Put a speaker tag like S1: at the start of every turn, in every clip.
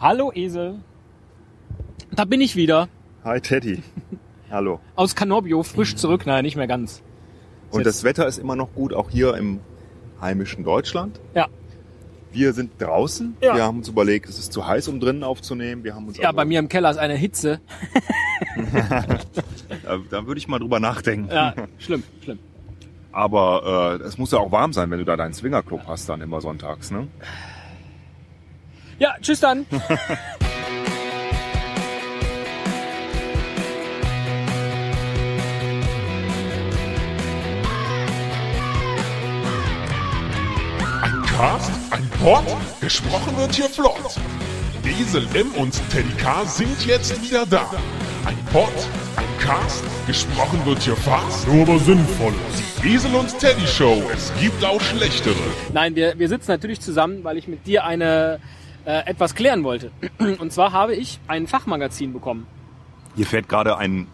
S1: Hallo Esel. Da bin ich wieder.
S2: Hi Teddy. Hallo.
S1: Aus Canobio, frisch zurück. Nein, nicht mehr ganz.
S2: Und das Wetter ist immer noch gut, auch hier im heimischen Deutschland.
S1: Ja.
S2: Wir sind draußen.
S1: Ja.
S2: Wir haben uns überlegt, es ist zu heiß, um drinnen aufzunehmen. Wir haben uns
S1: Ja,
S2: also-
S1: bei mir im Keller ist eine Hitze.
S2: Da, Äh, da würde ich mal drüber nachdenken.
S1: Ja, schlimm, schlimm.
S2: Aber äh, es muss ja auch warm sein, wenn du da deinen Swingerclub hast, dann immer sonntags. Ne?
S1: Ja, tschüss dann.
S3: Ein Cast, ein Pod, gesprochen wird hier flott. Esel M und Teddy K sind jetzt wieder da. Ein Pod, ein Cast, gesprochen wird hier fast, nur aber sinnvoll. Die Esel und Teddy Show, es gibt auch schlechtere.
S1: Nein, wir, wir sitzen natürlich zusammen, weil ich mit dir eine äh, etwas klären wollte. Und zwar habe ich ein Fachmagazin bekommen.
S2: Hier fährt gerade ein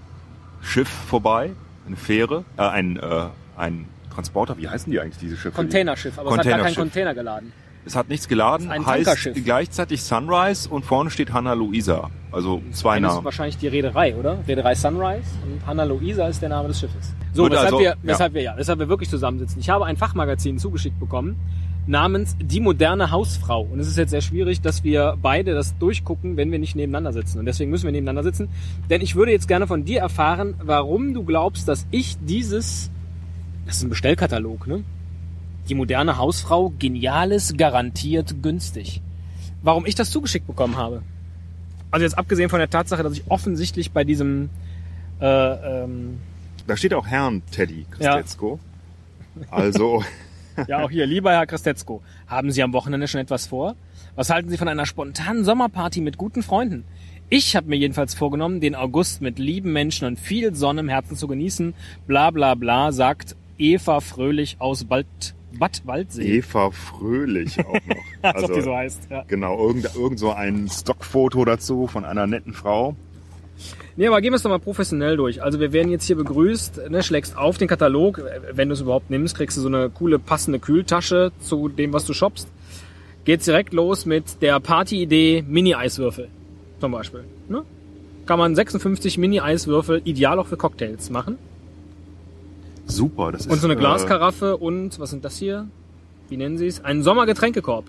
S2: Schiff vorbei, eine Fähre, äh, ein, äh, ein Transporter. Wie heißen die eigentlich, diese Schiffe?
S1: Containerschiff, aber es hat gar keinen
S2: Containerschiff.
S1: Container geladen.
S2: Es hat nichts geladen,
S1: Es ist ein
S2: heißt
S1: Tankerschiff.
S2: gleichzeitig Sunrise und vorne steht Hanna Luisa. Also zwei
S1: Das ist
S2: Namen.
S1: wahrscheinlich die Reederei, oder? Reederei Sunrise und Hanna Luisa ist der Name des Schiffes. So,
S2: Wird
S1: weshalb,
S2: also-
S1: wir,
S2: ja.
S1: weshalb wir ja, weshalb wir wirklich zusammensitzen. Ich habe ein Fachmagazin zugeschickt bekommen namens Die moderne Hausfrau. Und es ist jetzt sehr schwierig, dass wir beide das durchgucken, wenn wir nicht nebeneinander sitzen. Und deswegen müssen wir nebeneinander sitzen. Denn ich würde jetzt gerne von dir erfahren, warum du glaubst, dass ich dieses, das ist ein Bestellkatalog, ne? Die moderne Hausfrau, geniales, garantiert günstig. Warum ich das zugeschickt bekommen habe. Also jetzt abgesehen von der Tatsache, dass ich offensichtlich bei diesem äh, ähm,
S2: Da steht auch Herrn Teddy Christetzko. Also,
S1: ja auch hier, lieber Herr Christetzko, haben Sie am Wochenende schon etwas vor? Was halten Sie von einer spontanen Sommerparty mit guten Freunden? Ich habe mir jedenfalls vorgenommen, den August mit lieben Menschen und viel Sonne im Herzen zu genießen. Bla bla bla, sagt Eva Fröhlich aus Bad, Bad Waldsee.
S2: Eva Fröhlich auch noch. Also,
S1: Als ob die so heißt. Ja.
S2: Genau, irgend, irgend so ein Stockfoto dazu von einer netten Frau.
S1: Nee, aber gehen wir es doch mal professionell durch. Also wir werden jetzt hier begrüßt, ne, schlägst auf den Katalog, wenn du es überhaupt nimmst, kriegst du so eine coole passende Kühltasche zu dem, was du shoppst. Geht's direkt los mit der Partyidee Mini-Eiswürfel zum Beispiel. Ne? Kann man 56 Mini-Eiswürfel ideal auch für Cocktails machen.
S2: Super, das ist.
S1: Und so eine
S2: äh,
S1: Glaskaraffe und, was sind das hier? Wie nennen sie es? Einen Sommergetränkekorb.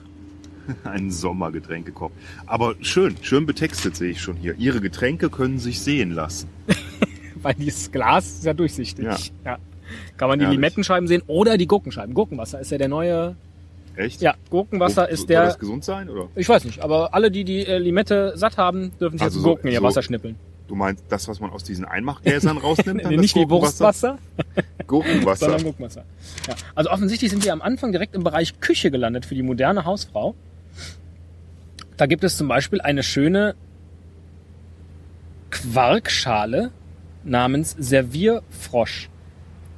S2: äh, Ein Sommergetränkekorb. Aber schön, schön betextet sehe ich schon hier. Ihre Getränke können sich sehen lassen.
S1: Weil dieses Glas ist ja durchsichtig.
S2: Ja.
S1: Kann man die
S2: Herrlich.
S1: Limettenscheiben sehen oder die Gurkenscheiben. Gurkenwasser ist ja der neue...
S2: Echt?
S1: Ja, Gurkenwasser
S2: Wo-
S1: ist
S2: Soll
S1: der...
S2: das gesund sein, oder?
S1: Ich weiß nicht, aber alle, die die äh, Limette satt haben, dürfen sich
S2: Also
S1: jetzt
S2: so-
S1: Gurken in ihr
S2: so-
S1: Wasser schnippeln.
S2: Du meinst das, was man aus diesen Einmachgläsern rausnimmt? dann
S1: Nee,
S2: das
S1: nicht wie
S2: Gurkenwasser?
S1: Wurstwasser,
S2: Gurkenwasser.
S1: sondern Gurkenwasser. Ja. Also offensichtlich sind wir am Anfang direkt im Bereich Küche gelandet für die moderne Hausfrau. Da gibt es zum Beispiel eine schöne Quarkschale namens Servierfrosch.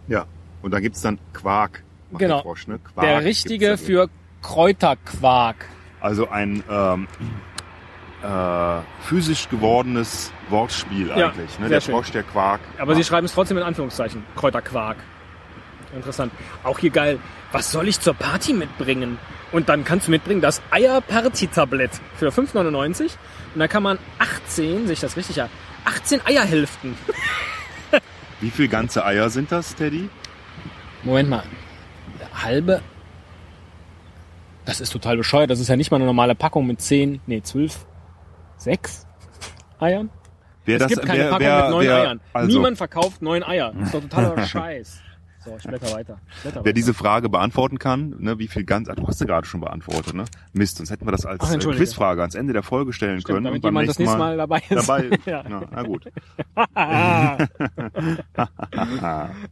S2: Ja. Und dann gibt's dann Quark. macht
S1: Genau.
S2: der Frosch, ne? Quark
S1: Der
S2: gibt's
S1: richtige
S2: da drin.
S1: für Kräuterquark.
S2: Also ein ähm, äh, physisch gewordenes Wortspiel
S1: Ja,
S2: eigentlich. Ne?
S1: sehr
S2: Der
S1: schön.
S2: Frosch, der Quark.
S1: Aber sie schreiben es trotzdem in Anführungszeichen. Kräuterquark. Interessant. Auch hier geil. Was soll ich zur Party mitbringen? Und dann kannst du mitbringen das Eier-Party-Tablett für 5,99. Und dann kann man 18, sehe ich das richtig, ja, 18 Eierhälften.
S2: Wie viel ganze Eier sind das, Teddy?
S1: Moment mal. Halbe? Das ist total bescheuert. Das ist ja nicht mal eine normale Packung mit 10, nee, 12, 6 Eiern.
S2: Wer
S1: es gibt keine
S2: wer-
S1: Packung
S2: wer-
S1: mit neun
S2: wer-
S1: Eiern.
S2: Also,
S1: Niemand verkauft neun Eier. Das ist doch totaler Scheiß. So, ich blätter weiter. Ich Blätter
S2: Wer
S1: weiter.
S2: diese Frage beantworten kann, ne, wie viel ganz, ah, du hast sie gerade schon beantwortet, ne? Mist, sonst hätten wir das als
S1: Ach,
S2: äh,
S1: entschuldige.
S2: Quizfrage ans Ende der Folge stellen
S1: Stimmt,
S2: können.
S1: damit jemand das nächste Mal, dabei ist.
S2: dabei.
S1: Ja.
S2: Na, na gut.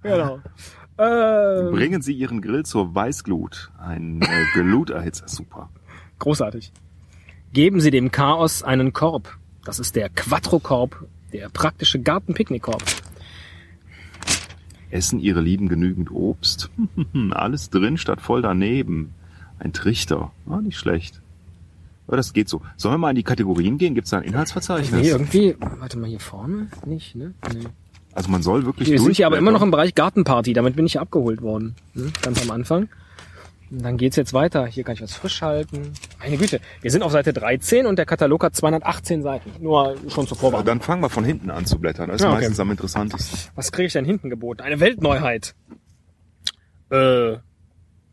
S1: genau. Ähm,
S2: Bringen Sie Ihren Grill zur Weißglut. Ein äh, Gluterhitzer, super.
S1: großartig. Geben Sie dem Chaos einen Korb. Das ist der Quattro-Korb, der praktische Gartenpicknickkorb.
S2: Essen Ihre Lieben genügend Obst? Alles drin statt voll daneben. Ein Trichter. Ah, nicht schlecht. Aber das geht so. Sollen wir mal in die Kategorien gehen? Gibt es da ein Inhaltsverzeichnis?
S1: Nee, irgendwie, warte mal, hier vorne? Nicht, ne? Nee.
S2: Also man soll wirklich
S1: Wir sind hier aber immer noch
S2: durchblättern.
S1: im Bereich Gartenparty, damit bin ich ja abgeholt worden, ne? ganz am Anfang. Und Dann geht's jetzt weiter. Hier kann ich was frisch halten. Meine Güte, wir sind auf Seite 13 und der Katalog hat 218 Seiten. Nur schon zur
S2: Aber
S1: Vorwarnung.
S2: dann fangen wir von hinten an zu blättern. Das ist
S1: Ja, okay.
S2: meistens am interessantesten.
S1: Was kriege ich denn hinten geboten? Eine Weltneuheit. Äh,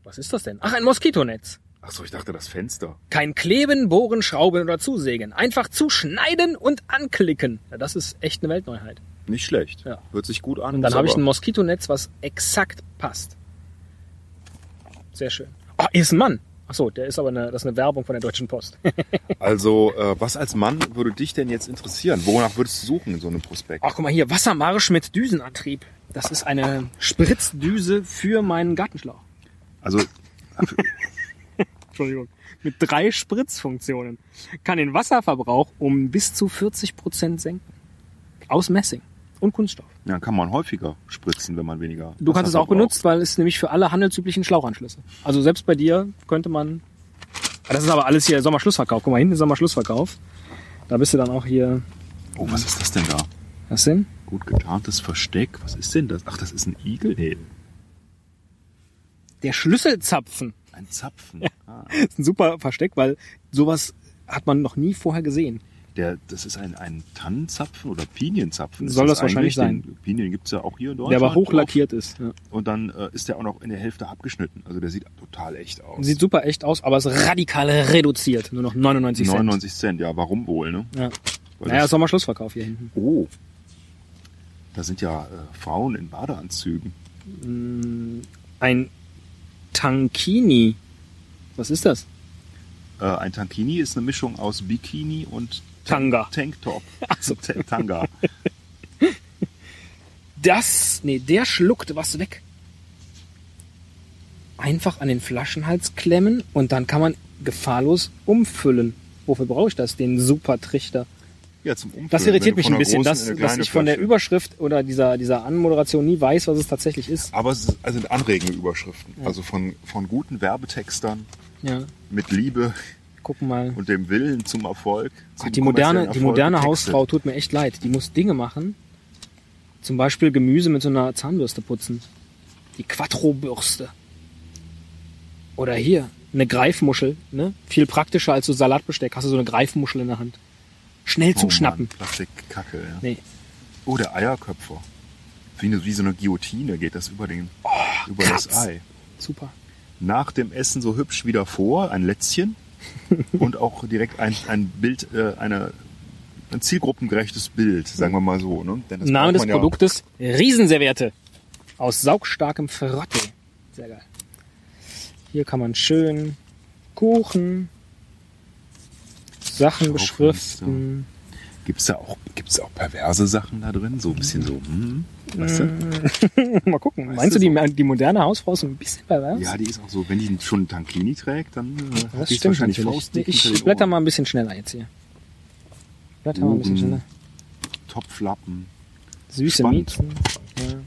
S1: was ist das denn? Ach, ein Moskitonetz.
S2: Ach so, ich dachte das Fenster.
S1: Kein Kleben, Bohren, Schrauben oder Zusägen. Einfach zuschneiden und anklicken. Ja, das ist echt eine Weltneuheit.
S2: Nicht schlecht.
S1: Ja.
S2: Hört sich gut an.
S1: Und dann habe ich ein
S2: sauber.
S1: Moskitonetz, was exakt passt. Sehr schön. Ah, hier ist ein Mann. Ach so, der ist aber eine, das ist eine Werbung von der Deutschen Post.
S2: also, äh, was als Mann würde dich denn jetzt interessieren? Wonach würdest du suchen in so einem Prospekt?
S1: Ach, guck mal hier, Wassermarsch mit Düsenantrieb. Das ist eine Spritzdüse für meinen Gartenschlauch.
S2: Also,
S1: Entschuldigung. Mit drei Spritzfunktionen. Kann den Wasserverbrauch um bis zu 40 Prozent senken. Aus Messing und Kunststoff.
S2: ja, kann man häufiger spritzen, wenn man weniger.
S1: Du kannst es
S2: Wasser
S1: auch
S2: verbraucht.
S1: benutzt, weil es nämlich für alle handelsüblichen Schlauchanschlüsse. Also selbst bei dir könnte man. Ah, Das ist aber alles hier Sommerschlussverkauf. Guck mal, hinten ist Sommerschlussverkauf. Da bist du dann auch hier.
S2: Oh, was ist das denn da?
S1: Was denn?
S2: Gut getarntes Versteck. Was ist denn das? Ach, das ist ein Igel. Nee,
S1: Der Schlüsselzapfen.
S2: ein Zapfen. Ah,
S1: Das ist ein super Versteck, weil sowas hat man noch nie vorher gesehen.
S2: der, das ist ein, ein Tannenzapfen oder Pinienzapfen.
S1: Soll das wahrscheinlich
S2: eigentlich?
S1: sein.
S2: Den Pinien gibt's ja auch hier in
S1: Der
S2: Deutschland.
S1: aber hochlackiert ist. Ja.
S2: Und dann äh, ist der auch noch in der Hälfte abgeschnitten. Also der sieht total echt aus.
S1: Sieht super echt aus, aber ist radikal reduziert. Nur noch 99 Cent.
S2: 99 Cent, ja, warum wohl, ne?
S1: Ja.
S2: Weil
S1: Naja,
S2: das-
S1: Sommerschlussverkauf hier hinten.
S2: oh. Da sind ja äh, Frauen in Badeanzügen.
S1: Ein Tankini. Was ist das?
S2: Äh, ein Tankini ist eine Mischung aus Bikini und
S1: Tanga.
S2: Tanktop.
S1: Ach so.
S2: Ta- Tanga.
S1: Das, nee, der schluckt was weg. Einfach an den Flaschenhals klemmen und dann kann man gefahrlos umfüllen. Wofür brauche ich das? Den Supertrichter.
S2: Ja, zum Umfüllen.
S1: Das irritiert
S2: wenn
S1: mich
S2: du
S1: ein
S2: von einer
S1: bisschen,
S2: großen
S1: dass,
S2: in eine
S1: dass
S2: kleine
S1: ich von der
S2: Flasche-
S1: Überschrift oder dieser, dieser Anmoderation nie weiß, was es tatsächlich ist.
S2: Aber es ist- es sind anregende Überschriften. Also von, von guten Werbetextern
S1: Ja,
S2: mit Liebe
S1: gucken mal.
S2: und dem Willen zum Erfolg. Zum
S1: Ach, die moderne,
S2: kommerziellen
S1: die
S2: Erfolg
S1: moderne
S2: getextet.
S1: Hausfrau tut mir echt leid. Die muss Dinge machen. Zum Beispiel Gemüse mit so einer Zahnbürste putzen. Die Quattro-Bürste. Oder hier, eine Greifmuschel. Ne? Viel praktischer als so Salatbesteck. Hast du so eine Greifmuschel in der Hand. Schnell
S2: Oh
S1: zum
S2: Mann,
S1: Schnappen.
S2: Plastikkacke, ja.
S1: Nee.
S2: Oh, der Eierköpfer. Wie, eine, wie so eine Guillotine geht das über, den,
S1: Oh,
S2: über das
S1: Katz.
S2: Ei.
S1: Super.
S2: Nach dem Essen so hübsch wieder vor, ein Lätzchen und auch direkt ein, ein Bild, äh, eine, ein zielgruppengerechtes Bild, sagen wir mal so. Ne? Denn das
S1: Name
S2: braucht
S1: des
S2: man ja-
S1: Produktes Riesenserviette. Aus saugstarkem Ferrotte. Sehr geil. Hier kann man schön Kuchen, Sachen
S2: Schaufenster.
S1: beschriften.
S2: Gibt's da auch, gibt's da auch perverse Sachen da drin? So ein bisschen so, hm, weißt
S1: Mhm.
S2: du?
S1: Mal gucken.
S2: Weißt
S1: Meinst du,
S2: du
S1: die, die moderne Hausfrau ist ein bisschen pervers?
S2: Ja, die ist auch so, wenn die schon einen Tankini trägt, dann äh, hat
S1: das
S2: die es
S1: stimmt
S2: wahrscheinlich
S1: natürlich.
S2: faustdick hinter
S1: ich
S2: den
S1: blätter
S2: Ohren. Mhm.
S1: mal ein bisschen schneller jetzt hier. Blätter mal ein bisschen
S2: Uhren,
S1: schneller.
S2: Topflappen.
S1: Süße
S2: spannend.
S1: Mieten. Ja.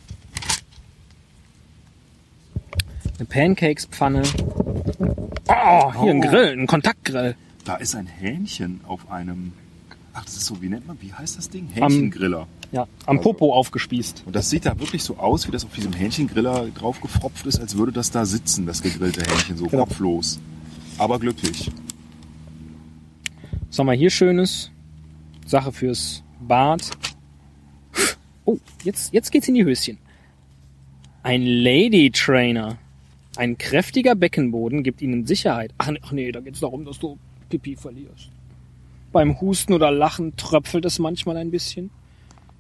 S1: Eine Pancakes-Pfanne. Oh, hier ein
S2: Oh.
S1: Grill, ein Kontaktgrill.
S2: Da ist ein Hähnchen auf einem. Ach, das ist so, wie nennt man, wie heißt das Ding?
S1: Am-
S2: Hähnchengriller.
S1: Ja, am
S2: Also-
S1: Popo aufgespießt.
S2: Und das sieht da wirklich so aus, wie das auf diesem Hähnchengriller draufgepfropft ist, als würde das da sitzen, das gegrillte Hähnchen, so
S1: Genau.
S2: kopflos. Aber glücklich.
S1: Was haben wir hier Schönes? Sache fürs Bad. Oh, jetzt, jetzt geht's in die Höschen. Ein Lady Trainer. Ein kräftiger Beckenboden gibt ihnen Sicherheit. Ach, nee, ach nee, da geht's darum, dass du Pipi verlierst. Beim Husten oder Lachen tröpfelt es manchmal ein bisschen.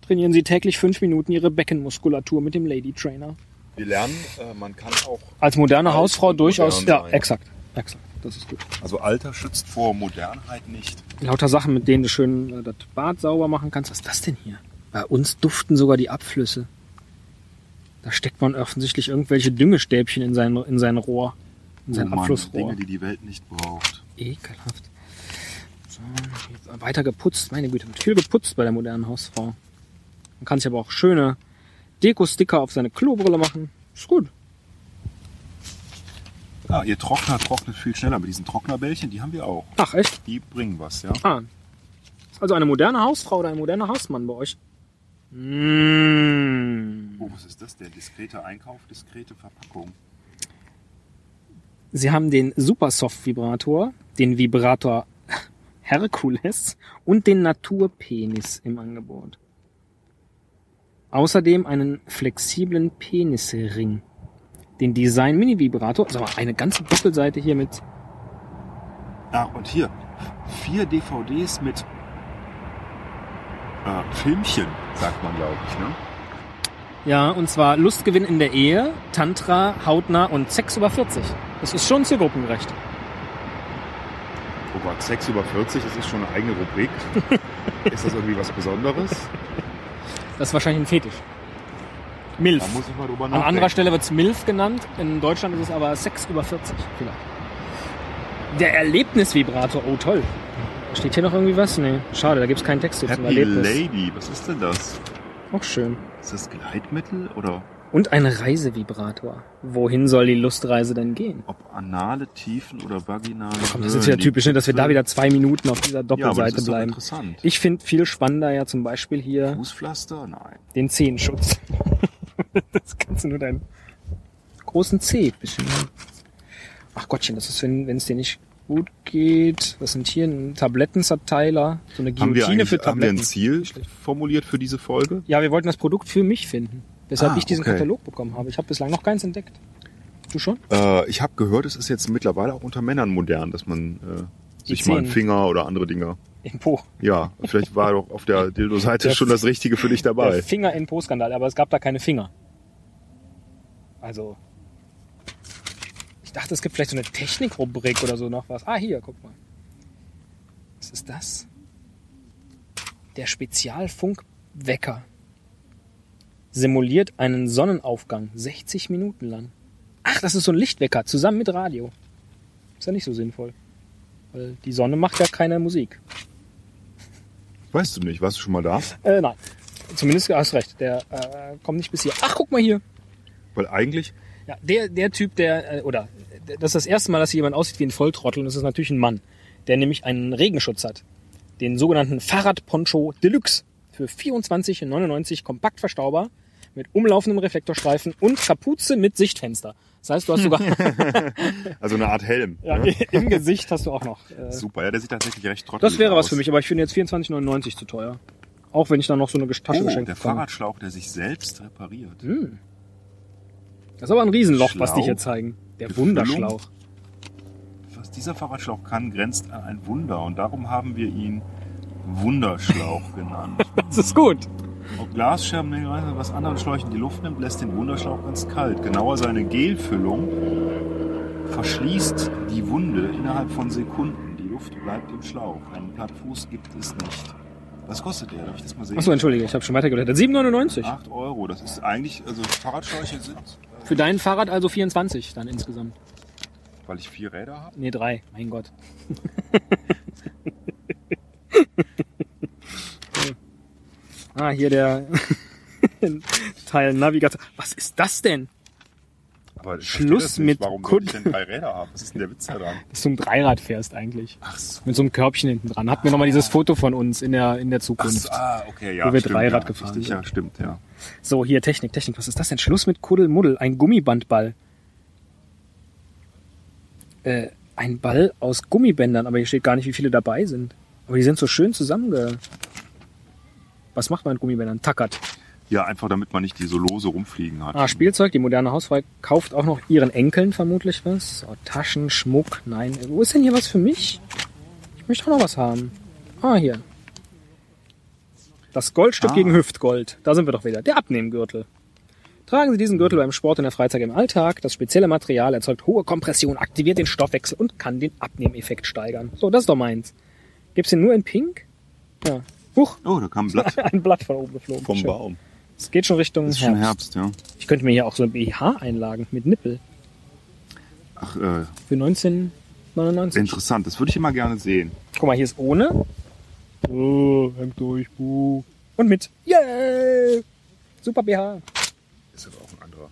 S1: Trainieren Sie täglich fünf Minuten Ihre Beckenmuskulatur mit dem Lady Trainer.
S2: Wir lernen, äh, man kann auch.
S1: Als moderne Hausfrau
S2: modern
S1: durchaus. Ja,
S2: sein.
S1: exakt. Exakt. Das ist gut.
S2: Also Alter schützt vor Modernheit nicht.
S1: lauter Sachen, mit denen du schön äh, das Bad sauber machen kannst. Was ist das denn hier? Bei uns duften sogar die Abflüsse. Da steckt man offensichtlich irgendwelche Düngestäbchen in sein, in sein Rohr. In sein
S2: Oh Mann,
S1: Abflussrohr.
S2: Dinge, die die Welt nicht braucht.
S1: Ekelhaft. So, jetzt weiter geputzt. Meine Güte, wird viel geputzt bei der modernen Hausfrau. Man kann sich aber auch schöne Deko-Sticker auf seine Klobrille machen. Ist gut.
S2: Ah, ihr Trockner trocknet viel schneller. Mit diesen Trocknerbällchen, die haben wir auch.
S1: Ach, echt?
S2: Die bringen was, ja.
S1: Ah. Ist Also eine moderne Hausfrau oder ein moderner Hausmann bei euch? Mmh.
S2: Oh, was ist das denn? Diskrete Einkauf, diskrete Verpackung.
S1: Sie haben den Super Soft Vibrator, den Vibrator Hercules und den Naturpenis im Angebot. Außerdem einen flexiblen Penisring. Den Design Mini Vibrator, sag mal, eine ganze Doppelseite hier mit
S2: Ah, und hier. Vier DVDs mit äh, Filmchen, sagt man, glaube ich, ne?
S1: Ja, und zwar Lustgewinn in der Ehe, Tantra, Hautnah und Sex über 40. Das ist schon zielgruppengerecht.
S2: Oh Gott, 6 über 40, das ist schon eine eigene Rubrik. ist das irgendwie was Besonderes?
S1: Das ist wahrscheinlich ein Fetisch.
S2: Da
S1: MILF.
S2: muss ich mal drüber
S1: An
S2: nachdenken.
S1: anderer Stelle wird's MILF genannt. In Deutschland ist es aber Sex über 40 vielleicht. Der Erlebnisvibrator, oh toll. Steht hier noch irgendwie was? Nee, schade, da gibt's keinen Text hier zum
S2: Happy
S1: Erlebnis.
S2: Lady, was ist denn das?
S1: Auch schön.
S2: Ist das Gleitmittel oder
S1: Und ein Reisevibrator. Wohin soll die Lustreise denn gehen?
S2: ob anale Tiefen oder vaginale?
S1: Komm, das ist jetzt wieder typisch, ne, dass wir da wieder zwei Minuten auf dieser
S2: Äh, ja, aber das
S1: Doppelseite
S2: ist doch
S1: bleiben.
S2: interessant.
S1: Ich finde viel spannender ja zum Beispiel hier
S2: Fußpflaster? Nein.
S1: den Zehenschutz. das kannst du nur deinen großen Zeh ein bisschen. Ach Gottchen, das ist, wenn es dir nicht gut geht. Was sind hier? Ein Tablettenverteiler. So eine
S2: Haben wir,
S1: Guillotine
S2: eigentlich,
S1: für
S2: haben wir
S1: Tabletten.
S2: ein Ziel formuliert für diese Folge?
S1: ja, wir wollten das Produkt für mich finden. Weshalb
S2: Ah,
S1: ich diesen
S2: okay.
S1: Katalog bekommen habe. Ich habe bislang noch keins entdeckt. Du schon?
S2: Äh, ich habe gehört, es ist jetzt mittlerweile auch unter Männern modern, dass man äh,
S1: Die
S2: sich mal einen
S1: Zehen.
S2: Finger oder andere Dinge.
S1: Im Po.
S2: Ja, vielleicht war doch auf der Dildo-Seite
S1: Der
S2: schon das Richtige für dich dabei.
S1: Der Finger in Po-Skandal, aber es gab da keine Finger. Also. Ich dachte, es gibt vielleicht so eine Technikrubrik oder so noch was. Ah, hier, guck mal. Was ist das? Der Spezialfunkwecker simuliert einen Sonnenaufgang 60 Minuten lang. Ach, das ist so ein Lichtwecker zusammen mit Radio. Ist ja nicht so sinnvoll. Weil die Sonne macht ja keine Musik.
S2: Weißt du nicht, warst du schon mal da?
S1: Äh, nein. Zumindest hast recht. Der äh, kommt nicht bis hier. Ach, guck mal hier.
S2: Weil eigentlich,
S1: Ja, der, der Typ, der, äh, oder äh, das ist das erste Mal, dass hier jemand aussieht wie ein Volltrottel und das ist natürlich ein Mann, der nämlich einen Regenschutz hat. Den sogenannten Fahrradponcho Deluxe für 24,99 kompakt verstaubar mit umlaufendem Reflektorstreifen und Kapuze mit Sichtfenster. Das heißt, du hast sogar
S2: also eine Art Helm.
S1: ja,
S2: ne?
S1: im Gesicht hast du auch noch. Äh,
S2: Super, ja, der sieht tatsächlich recht trottelig
S1: das wäre was
S2: aus.
S1: für mich, aber ich finde jetzt 24,99 zu teuer. Auch wenn ich dann noch so eine Tasche
S2: Oh,
S1: geschenkt Hm.
S2: der
S1: bekomme.
S2: Fahrradschlauch, der sich selbst repariert.
S1: Das ist aber ein Riesenloch, was die
S2: Schlau.
S1: hier zeigen. Der
S2: Gefüllung.
S1: Wunderschlauch.
S2: Was dieser Fahrradschlauch kann, grenzt an ein Wunder. Und darum haben wir ihn Wunderschlauch genannt.
S1: Das ist gut.
S2: Ob Glasscherben, Längere, was anderen Schläuchen die Luft nimmt, lässt den Wunderschlauch ganz kalt. Genauer seine Gelfüllung verschließt die Wunde innerhalb von Sekunden. Die Luft bleibt im Schlauch. Einen Plattfuß gibt es nicht. Was kostet der? Darf ich das mal sehen?
S1: Achso, entschuldige, ich habe schon weitergeleitet. 7,99.
S2: 8 Euro. Das ist eigentlich, also Fahrradschläuche sind,
S1: Für dein Fahrrad also 24 dann insgesamt.
S2: weil ich vier Räder habe.
S1: Nee, drei. Mein Gott. ah, hier der Teil Navigation. Was ist das denn?
S2: Aber ich
S1: Schluss
S2: verstehe das nicht.
S1: mit
S2: Warum
S1: Kut-
S2: soll ich denn drei Räder haben? Was ist denn der Witz daran?
S1: Dass du ein Dreirad fährst eigentlich.
S2: Ach so.
S1: Mit so einem Körbchen hinten dran. Hatten wir nochmal dieses Foto von uns in der, in der
S2: Ach
S1: Zukunft.
S2: so. Ah, okay, ja.
S1: Wo wir
S2: stimmt,
S1: Dreirad
S2: ja,
S1: gefahren
S2: richtig,
S1: sind.
S2: Ja, stimmt, ja.
S1: So, hier Technik, Technik. Was ist das denn? Schluss mit Kuddelmuddel. Ein Gummibandball. Äh, ein Ball aus Gummibändern, aber hier steht gar nicht, wie viele dabei sind. Aber die sind so schön zusammenge... Was macht man mit Gummibändern? Tackert.
S2: Ja, einfach damit man nicht die so lose rumfliegen hat.
S1: Ah, Spielzeug. Die moderne Hausfrau kauft auch noch ihren Enkeln vermutlich was. So, Taschen, Schmuck. Nein. Wo ist denn hier was für mich? Ich möchte auch noch was haben. Ah, hier. Das Goldstück
S2: Ah.
S1: gegen Hüftgold. Da sind wir doch wieder. Der Abnehmgürtel. Tragen Sie diesen Gürtel beim Sport in der Freizeit im Alltag. Das spezielle Material erzeugt hohe Kompression, aktiviert den Stoffwechsel und kann den Abnehmeffekt steigern. So, das ist doch meins. Gibt's den nur in Pink? Ja. Huch,
S2: Oh, da kam ein Blatt
S1: ein Blatt von oben geflogen.
S2: vom
S1: Schön.
S2: Baum.
S1: Es geht schon Richtung
S2: Ist schon
S1: Herbst.
S2: Herbst, ja.
S1: Ich könnte mir hier auch so ein BH einlagen mit Nippel
S2: Ach, äh,
S1: für 1999.
S2: interessant. Das würde ich immer gerne sehen.
S1: Guck mal, hier ist ohne. Oh, hängt durch, buh. Und mit. Yay! Super BH.
S2: Ist aber auch ein anderer.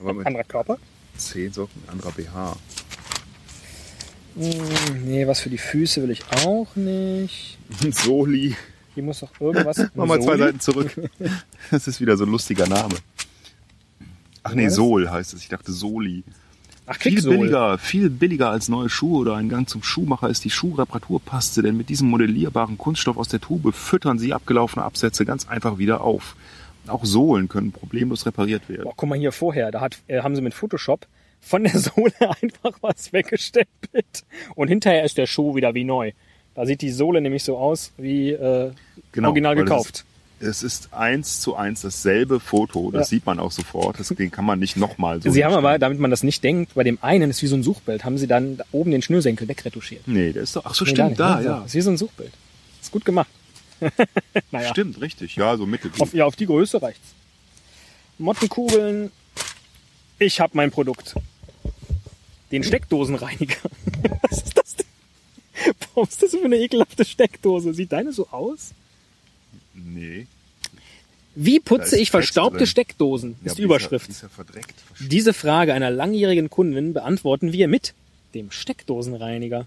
S2: Aber mit
S1: Anderer Körper.
S2: zehn Socken, ein anderer BH.
S1: Hm, nee, was für die Füße will ich auch nicht.
S2: Ein Soli.
S1: Hier muss doch irgendwas.
S2: Mach mal zwei
S1: Soli?
S2: Seiten zurück. Das ist wieder so ein lustiger Name. Ach nee,
S1: Was?
S2: Sol heißt es. Ich dachte Soli.
S1: Ach,
S2: Viel
S1: Quicksohl.
S2: billiger, viel billiger als neue Schuhe oder ein Gang zum Schuhmacher ist die Schuhreparaturpaste, denn mit diesem modellierbaren Kunststoff aus der Tube füttern sie abgelaufene Absätze ganz einfach wieder auf. Auch Sohlen können problemlos repariert werden.
S1: Boah, guck mal hier vorher, da hat, äh, haben sie mit Photoshop von der Sohle einfach was weggestempelt. Und hinterher ist der Schuh wieder wie neu. Da sieht die Sohle nämlich so aus wie äh, original
S2: Genau, weil das
S1: gekauft.
S2: Ist, es ist eins zu eins dasselbe Foto, das
S1: Ja.
S2: sieht man auch sofort, das, den kann man nicht nochmal so.
S1: Sie haben aber,
S2: hinstellen.
S1: damit man das nicht denkt, bei dem einen ist wie so ein Suchbild, haben sie dann da oben den Schnürsenkel wegretuschiert.
S2: Nee, der ist doch, ach so,
S1: Nee,
S2: stimmt,
S1: gar
S2: da,
S1: nicht. Also,
S2: ja.
S1: Ist wie so ein Suchbild. Ist gut gemacht. naja,
S2: Stimmt, richtig, ja, so mittelgut.
S1: Auf, ja, auf die Größe reicht's. Mottenkugeln, ich habe mein Produkt. Den Steckdosenreiniger. Was ist das denn? Warum ist das für eine ekelhafte Steckdose? Sieht deine so aus?
S2: Nee.
S1: Wie putze
S2: ist
S1: ich verstaubte
S2: Dreck drin.
S1: Steckdosen?
S2: Ja,
S1: Ist
S2: aber
S1: die Überschrift.
S2: Ist ja, ist ja verdreckt.
S1: Diese Frage einer langjährigen Kundin beantworten wir mit dem Steckdosenreiniger.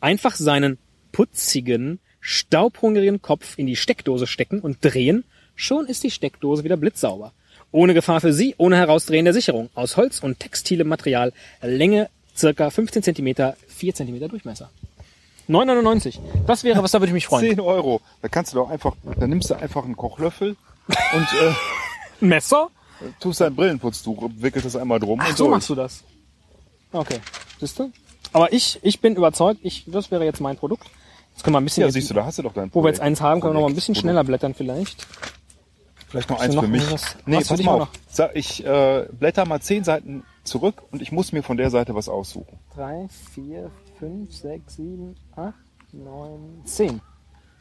S1: Einfach seinen putzigen, staubhungrigen Kopf in die Steckdose stecken und drehen, schon ist die Steckdose wieder blitzsauber. Ohne Gefahr für Sie, ohne Herausdrehen der Sicherung. Aus Holz und textilem Material, Länge circa 15 cm, 4 cm Durchmesser. 9,99. Das wäre was, da würde ich mich freuen.
S2: 10 Euro. Da kannst du doch einfach, da nimmst du einfach einen Kochlöffel und äh,
S1: Ein Messer?
S2: tust dein Brillenputztuch, wickelst das einmal drum
S1: Ach,
S2: und
S1: so
S2: durch.
S1: machst du das. Okay, siehst du? Aber ich, ich bin überzeugt, ich, das wäre jetzt mein Produkt. Jetzt können wir ein bisschen,
S2: Ja,
S1: jetzt,
S2: siehst du, da hast du doch dein
S1: wo wir
S2: Projekt.
S1: jetzt eins haben, können wir noch mal ein
S2: Projekt.
S1: bisschen schneller blättern vielleicht.
S2: Vielleicht noch
S1: Hast du
S2: eins
S1: noch
S2: für mich.
S1: irgendwas?
S2: Nee,
S1: Was,
S2: pass
S1: hatte ich
S2: mal
S1: auch
S2: auf. Sag, Ich äh, blätter mal 10 Seiten zurück und ich muss mir von der Seite was aussuchen.
S1: Drei, vier, fünf, sechs, sieben, acht, neun, zehn.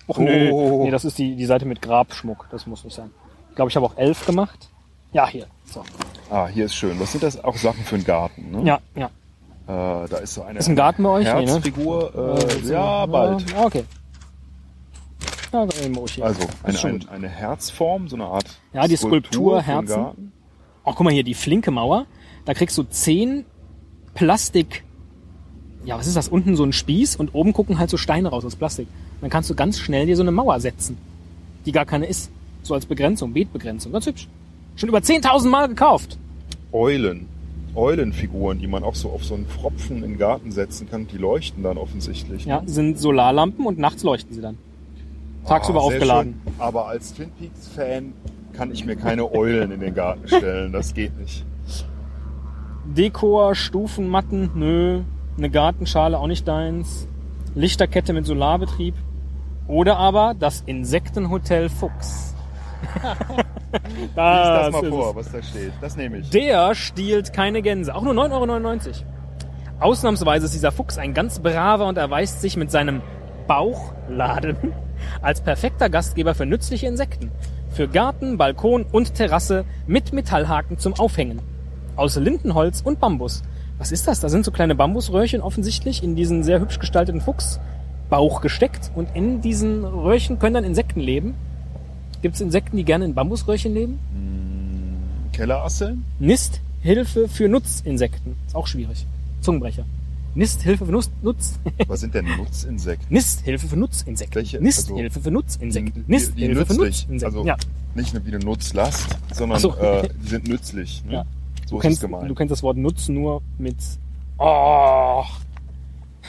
S1: Och,
S2: nö.
S1: nö. Nee, das ist die, die Seite mit Grabschmuck. Das muss nicht sein. Ich glaube, ich habe auch elf gemacht. Ja, hier. So.
S2: Ah, hier ist schön. Was sind das auch Sachen für einen Garten? Ne?
S1: Ja, ja.
S2: Äh, da ist so eine
S1: Ist ein Garten bei euch? Nee, ne?
S2: Herzfigur. Äh, ja,
S1: So.
S2: bald.
S1: Ah, Okay. Ja, dann nehmen wir euch hier.
S2: Also
S1: Ist
S2: eine,
S1: schon gut.
S2: eine, eine Herzform, so eine Art
S1: Ja, die Skulptur,
S2: für den
S1: Herzen.
S2: Garten.
S1: Ach, guck mal hier, die flinke Mauer. Da kriegst du zehn Plastik. Ja, was ist das? Unten so ein Spieß und oben gucken halt so Steine raus aus Plastik. Dann kannst du ganz schnell dir so eine Mauer setzen, die gar keine ist. So als Begrenzung, Beetbegrenzung. Ganz hübsch. Schon über 10.000 Mal gekauft.
S2: Eulen. Eulenfiguren, die man auch so auf so einen Pfropfen in den Garten setzen kann. Die leuchten dann offensichtlich.
S1: Ja, sind Solarlampen und nachts leuchten sie dann. Tagsüber
S2: Ah, sehr
S1: aufgeladen.
S2: schön. Aber als Twin Peaks-Fan kann ich mir keine Eulen in den Garten stellen. Das geht nicht.
S1: Dekor, Stufenmatten, nö. Eine Gartenschale, auch nicht deins. Lichterkette mit Solarbetrieb. Oder aber das Insektenhotel Fuchs.
S2: Lies
S1: Ah, das
S2: das mal
S1: ist
S2: vor,
S1: es.
S2: was da steht. Das nehme ich.
S1: Der stiehlt keine Gänse. Auch nur 9,99 Euro. Ausnahmsweise ist dieser Fuchs ein ganz braver und erweist sich mit seinem Bauchladen als perfekter Gastgeber für nützliche Insekten. Für Garten, Balkon und Terrasse mit Metallhaken zum Aufhängen. Aus Lindenholz und Bambus. Was ist das? Da sind so kleine Bambusröhrchen offensichtlich in diesen sehr hübsch gestalteten Fuchsbauch gesteckt. Und in diesen Röhrchen können dann Insekten leben. Gibt es Insekten, die gerne in Bambusröhrchen leben?
S2: Kellerasseln?
S1: Nisthilfe für Nutzinsekten. Ist auch schwierig. Zungenbrecher. Nisthilfe für Nutz. Nutz
S2: Was sind denn Nutzinsekten?
S1: Nisthilfe für Nutzinsekten.
S2: Welche? Also
S1: Nisthilfe für Nutzinsekten.
S2: Die- die- die
S1: Nisthilfe für
S2: nützlich.
S1: Nutzinsekten.
S2: Also
S1: ja,
S2: nicht nur wie eine Nutzlast, sondern
S1: Ach so.
S2: äh, die sind nützlich. Ne?
S1: Ja. du
S2: So ist es
S1: kennst,
S2: gemeint.
S1: du kennst das Wort Nutz nur mit. Oh.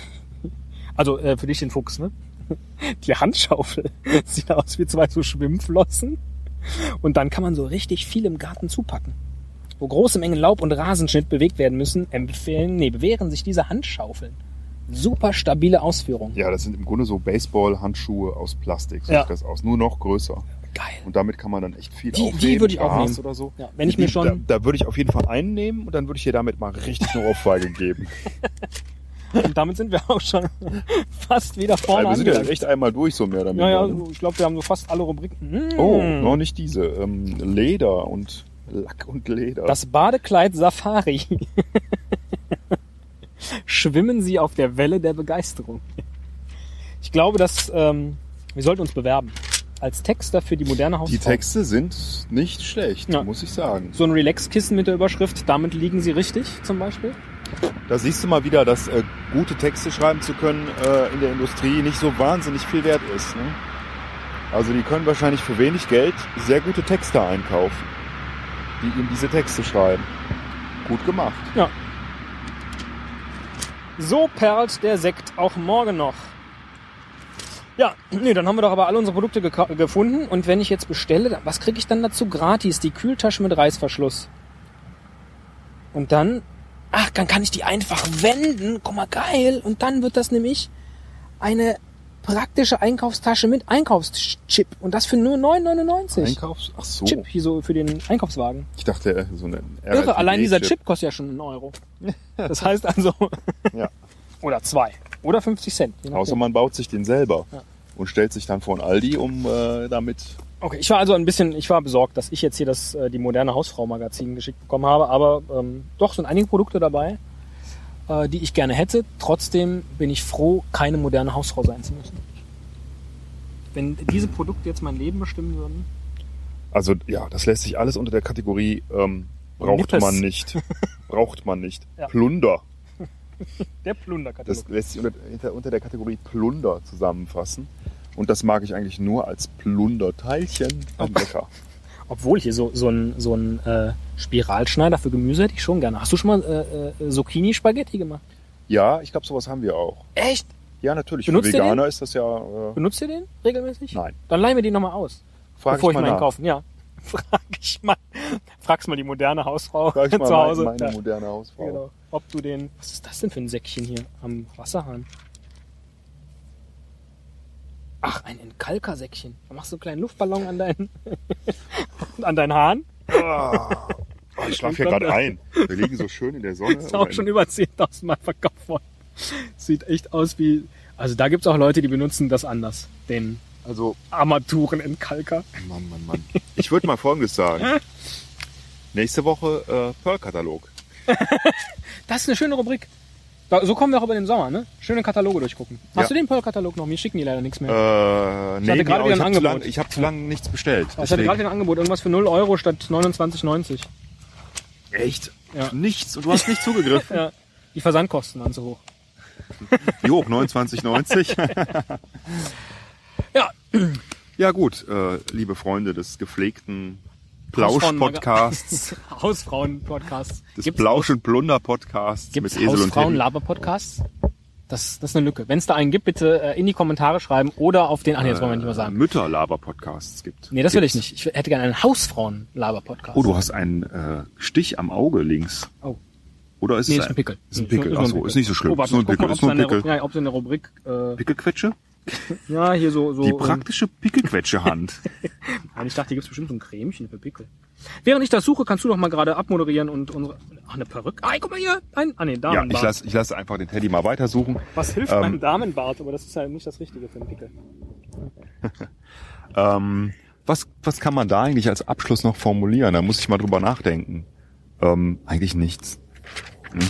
S1: Also äh, für dich den Fuchs, ne? Die Handschaufel sieht aus wie zwei so Schwimmflossen. Und dann kann man so richtig viel im Garten zupacken. Wo große Mengen Laub und Rasenschnitt bewegt werden müssen, empfehlen, nee, bewähren sich diese Handschaufeln. Super stabile Ausführung.
S2: Ja, das sind im Grunde so Baseball-Handschuhe aus Plastik. So
S1: Ja.
S2: sieht das aus. Nur noch größer.
S1: Geil.
S2: Und damit kann man dann echt viel
S1: Die- die
S2: aufnehmen.
S1: würde ich auch
S2: Gras
S1: nehmen.
S2: oder so.
S1: Ja, wenn ich mir
S2: Die-
S1: schon-
S2: Da, da würde ich auf jeden Fall einen nehmen und dann würde ich dir damit mal richtig eine Ohrfeige geben.
S1: Und damit sind wir auch schon fast wieder vorne
S2: Weil wir sind ja
S1: angelangt.
S2: echt einmal durch, so mehr oder
S1: Ja,
S2: weniger.
S1: ja,
S2: ne?
S1: ich glaube, wir haben so fast alle Rubriken. Mm.
S2: Oh, noch nicht diese. Ähm, Leder und Lack und Leder.
S1: Das Badekleid Safari. Schwimmen Sie auf der Welle der Begeisterung. Ich glaube, dass ähm, wir sollten uns bewerben als Texter für die moderne Hausfrau.
S2: die Texte sind nicht schlecht,
S1: Ja.
S2: muss ich sagen.
S1: So ein Relax-Kissen mit der Überschrift, damit liegen Sie richtig zum Beispiel.
S2: Da siehst du mal wieder, dass äh, gute Texte schreiben zu können äh, in der Industrie nicht so wahnsinnig viel wert ist. Ne? Also die können wahrscheinlich für wenig Geld sehr gute Texte einkaufen, die ihnen diese Texte schreiben. Gut gemacht.
S1: Ja. So perlt der Sekt auch morgen noch. Ja, nee, dann haben wir doch aber alle unsere Produkte gekau- gefunden. Und wenn ich jetzt bestelle, dann- was kriege ich dann dazu gratis? Die Kühltasche mit Reißverschluss. Und dann, ach, dann kann ich die einfach wenden. Guck mal, geil. Und dann wird das nämlich eine praktische Einkaufstasche mit Einkaufschip. Und das für nur 9,99.
S2: Einkaufs... Ach so.
S1: Chip hier so für den Einkaufswagen.
S2: Ich dachte, äh, so eine
S1: Irre, allein dieser
S2: RFID-Chip.
S1: Chip kostet ja schon einen Euro. Das heißt also,
S2: Ja.
S1: oder zwei. Oder 50 Cent. je nachdem.
S2: Außer man baut sich den selber und stellt sich dann vor ein Aldi, um äh, damit
S1: Okay, ich war also ein bisschen, ich war besorgt, dass ich jetzt hier das, äh, die moderne Hausfrau-Magazin geschickt bekommen habe, aber ähm, doch sind einige Produkte dabei, äh, die ich gerne hätte. Trotzdem bin ich froh, keine moderne Hausfrau sein zu müssen. Wenn diese Produkte jetzt mein Leben bestimmen würden.
S2: Also ja, das lässt sich alles unter der Kategorie ähm, braucht
S1: Nippes.
S2: man nicht. Braucht man nicht.
S1: Ja.
S2: Plunder.
S1: Der Plunderkatalog.
S2: Das lässt sich unter, hinter- unter der Kategorie Plunder zusammenfassen. Und das mag ich eigentlich nur als Plunderteilchen am Bäcker.
S1: Obwohl hier so, so ein, so ein äh, Spiralschneider für Gemüse hätte ich schon gerne. Hast du schon mal äh, äh, Zucchini-Spaghetti gemacht?
S2: Ja, ich glaube, sowas haben wir auch.
S1: Echt?
S2: Ja, natürlich.
S1: Benutzt ihr
S2: Für Veganer ist das ja. Äh,
S1: Benutzt ihr den regelmäßig?
S2: Nein.
S1: Dann leih mir den nochmal aus.
S2: frag
S1: bevor ich, meinen
S2: nach.
S1: kaufen, ja. Frag ich mal. Frag's mal die moderne Hausfrau
S2: Frag ich mal
S1: zu Hause.
S2: meine,
S1: Ja,
S2: meine moderne Hausfrau.
S1: genau. Ob du den. Was ist das denn für ein Säckchen hier am Wasserhahn? Ach, ein Entkalkersäckchen. Da machst du einen kleinen Luftballon an deinen, an deinen Hahn.
S2: Oh, ich schlafe hier gerade ein. Wir liegen so schön in der Sonne.
S1: Ist auch
S2: Und
S1: schon über 10.000 Mal verkauft worden. Sieht echt aus wie. Also da gibt's auch Leute, die benutzen das anders. Den
S2: also, oh
S1: Armaturenentkalker.
S2: Mann, Mann, Mann. Ich würde mal Folgendes sagen. Nächste Woche äh, Pearl-Katalog.
S1: Das ist eine schöne Rubrik. Da, so kommen wir auch über den Sommer, ne? Schöne Kataloge durchgucken. Hast
S2: Ja.
S1: du den Pearl-Katalog noch? Mir schicken die leider nichts mehr.
S2: Äh, nee,
S1: hatte
S2: nee,
S1: gerade
S2: aber
S1: wieder
S2: ich
S1: ein
S2: habe zu lang-
S1: Angebot.
S2: ich hab zu lange nichts bestellt.
S1: ich hatte
S2: deswegen-
S1: gerade ein Angebot, irgendwas für 0 Euro statt 29,90.
S2: Echt?
S1: Ja.
S2: Nichts. Und du hast nicht zugegriffen.
S1: Ja. Die Versandkosten waren zu hoch.
S2: jo, 29,90.
S1: Ja.
S2: ja gut, äh, liebe Freunde des gepflegten
S1: Hausfrauen-
S2: Plausch-Podcasts,
S1: Hausfrauen-Podcasts.
S2: des
S1: Gibt's-
S2: Plausch- und Plunder-Podcasts mit
S1: Gibt's
S2: Esel und Teddy.
S1: Hausfrauen-Laber-Podcasts? Das, das ist eine Lücke. Wenn es da einen gibt, bitte äh, in die Kommentare schreiben oder auf den... Ach, nee, das wollen wir nicht mehr
S2: Äh,
S1: sagen.
S2: Mütter-Laber-Podcasts gibt.
S1: Nee, das will ich
S2: Gibt's.
S1: nicht. Ich hätte gerne einen Hausfrauen-Laber-Podcast.
S2: Oh, du hast einen äh, Stich am Auge links.
S1: Oh.
S2: Oder ist
S1: Nee,
S2: es
S1: ist ein Pickel.
S2: Ist ein
S1: Nee,
S2: Pickel.
S1: nur ein
S2: Achso, ist nicht so schlimm.
S1: Oh, warte,
S2: ist nur ein
S1: guck mal,
S2: Pickel.
S1: ob's
S2: Ist nur
S1: in
S2: ein
S1: der
S2: Pickel.
S1: Rubrik- Ob es in der Rubrik... Äh,
S2: Pickelquetsche?
S1: ja, hier so... so
S2: Die
S1: ähm,
S2: praktische Pickelquetsche-Hand.
S1: Und ich dachte, hier gibt's bestimmt so ein Cremchen für Pickel. Während ich das suche, kannst du doch mal gerade abmoderieren und unsere. Ach, eine Perücke. Ah, guck mal hier. Ein, ah, nee,
S2: ja,
S1: Damenbart.
S2: ich lasse ich lass einfach den Teddy mal weitersuchen.
S1: Was hilft
S2: Ähm,
S1: beim Damenbart? Aber das ist ja nicht das Richtige für einen Pickel.
S2: Ähm, was, was kann man da eigentlich als Abschluss noch formulieren? Da muss ich mal drüber nachdenken. Ähm, eigentlich nichts. Hm?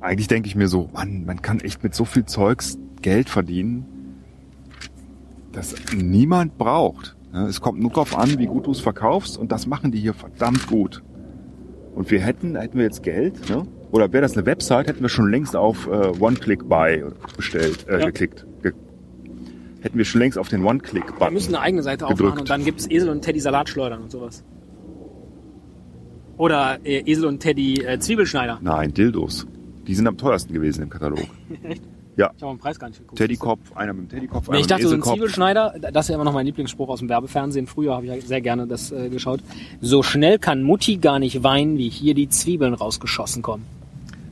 S2: Eigentlich denke ich mir so, Mann, man kann echt mit so viel Zeugs Geld verdienen, das niemand braucht. Ne? Es kommt nur drauf an, wie gut du es verkaufst und das machen die hier verdammt gut. Und wir hätten, hätten wir jetzt Geld, ne? oder wäre das eine Website, hätten wir schon längst auf äh, One-Click-Buy bestellt, äh,
S1: Ja.
S2: geklickt. Ge hätten wir schon längst auf den
S1: Wir
S2: One-Click-Button.
S1: müssen eine eigene Seite
S2: Gedrückt.
S1: aufmachen und dann gibt's Esel und Teddy Salatschleudern und sowas. Oder äh, Esel und Teddy äh, Zwiebelschneider.
S2: Nein, Dildos. Die sind am teuersten gewesen im Katalog.
S1: Ich habe den Preis gar nicht geguckt.
S2: Teddykopf, einer mit dem Teddykopf, einer
S1: Nee, ich dachte, so
S2: mit dem
S1: ein
S2: Eselkopf.
S1: Zwiebelschneider, das ist ja immer noch mein Lieblingsspruch aus dem Werbefernsehen. Früher habe ich ja sehr gerne das äh, geschaut. So schnell kann Mutti gar nicht weinen, wie hier die Zwiebeln rausgeschossen kommen.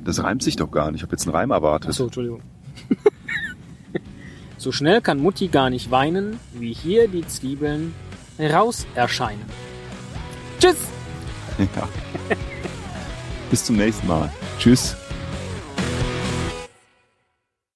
S2: das reimt sich doch gar nicht. Ich habe jetzt einen Reim erwartet.
S1: Achso, Entschuldigung. so schnell kann Mutti gar nicht weinen, wie hier die Zwiebeln raus erscheinen. Tschüss!
S2: Ja. Bis zum nächsten Mal. Tschüss.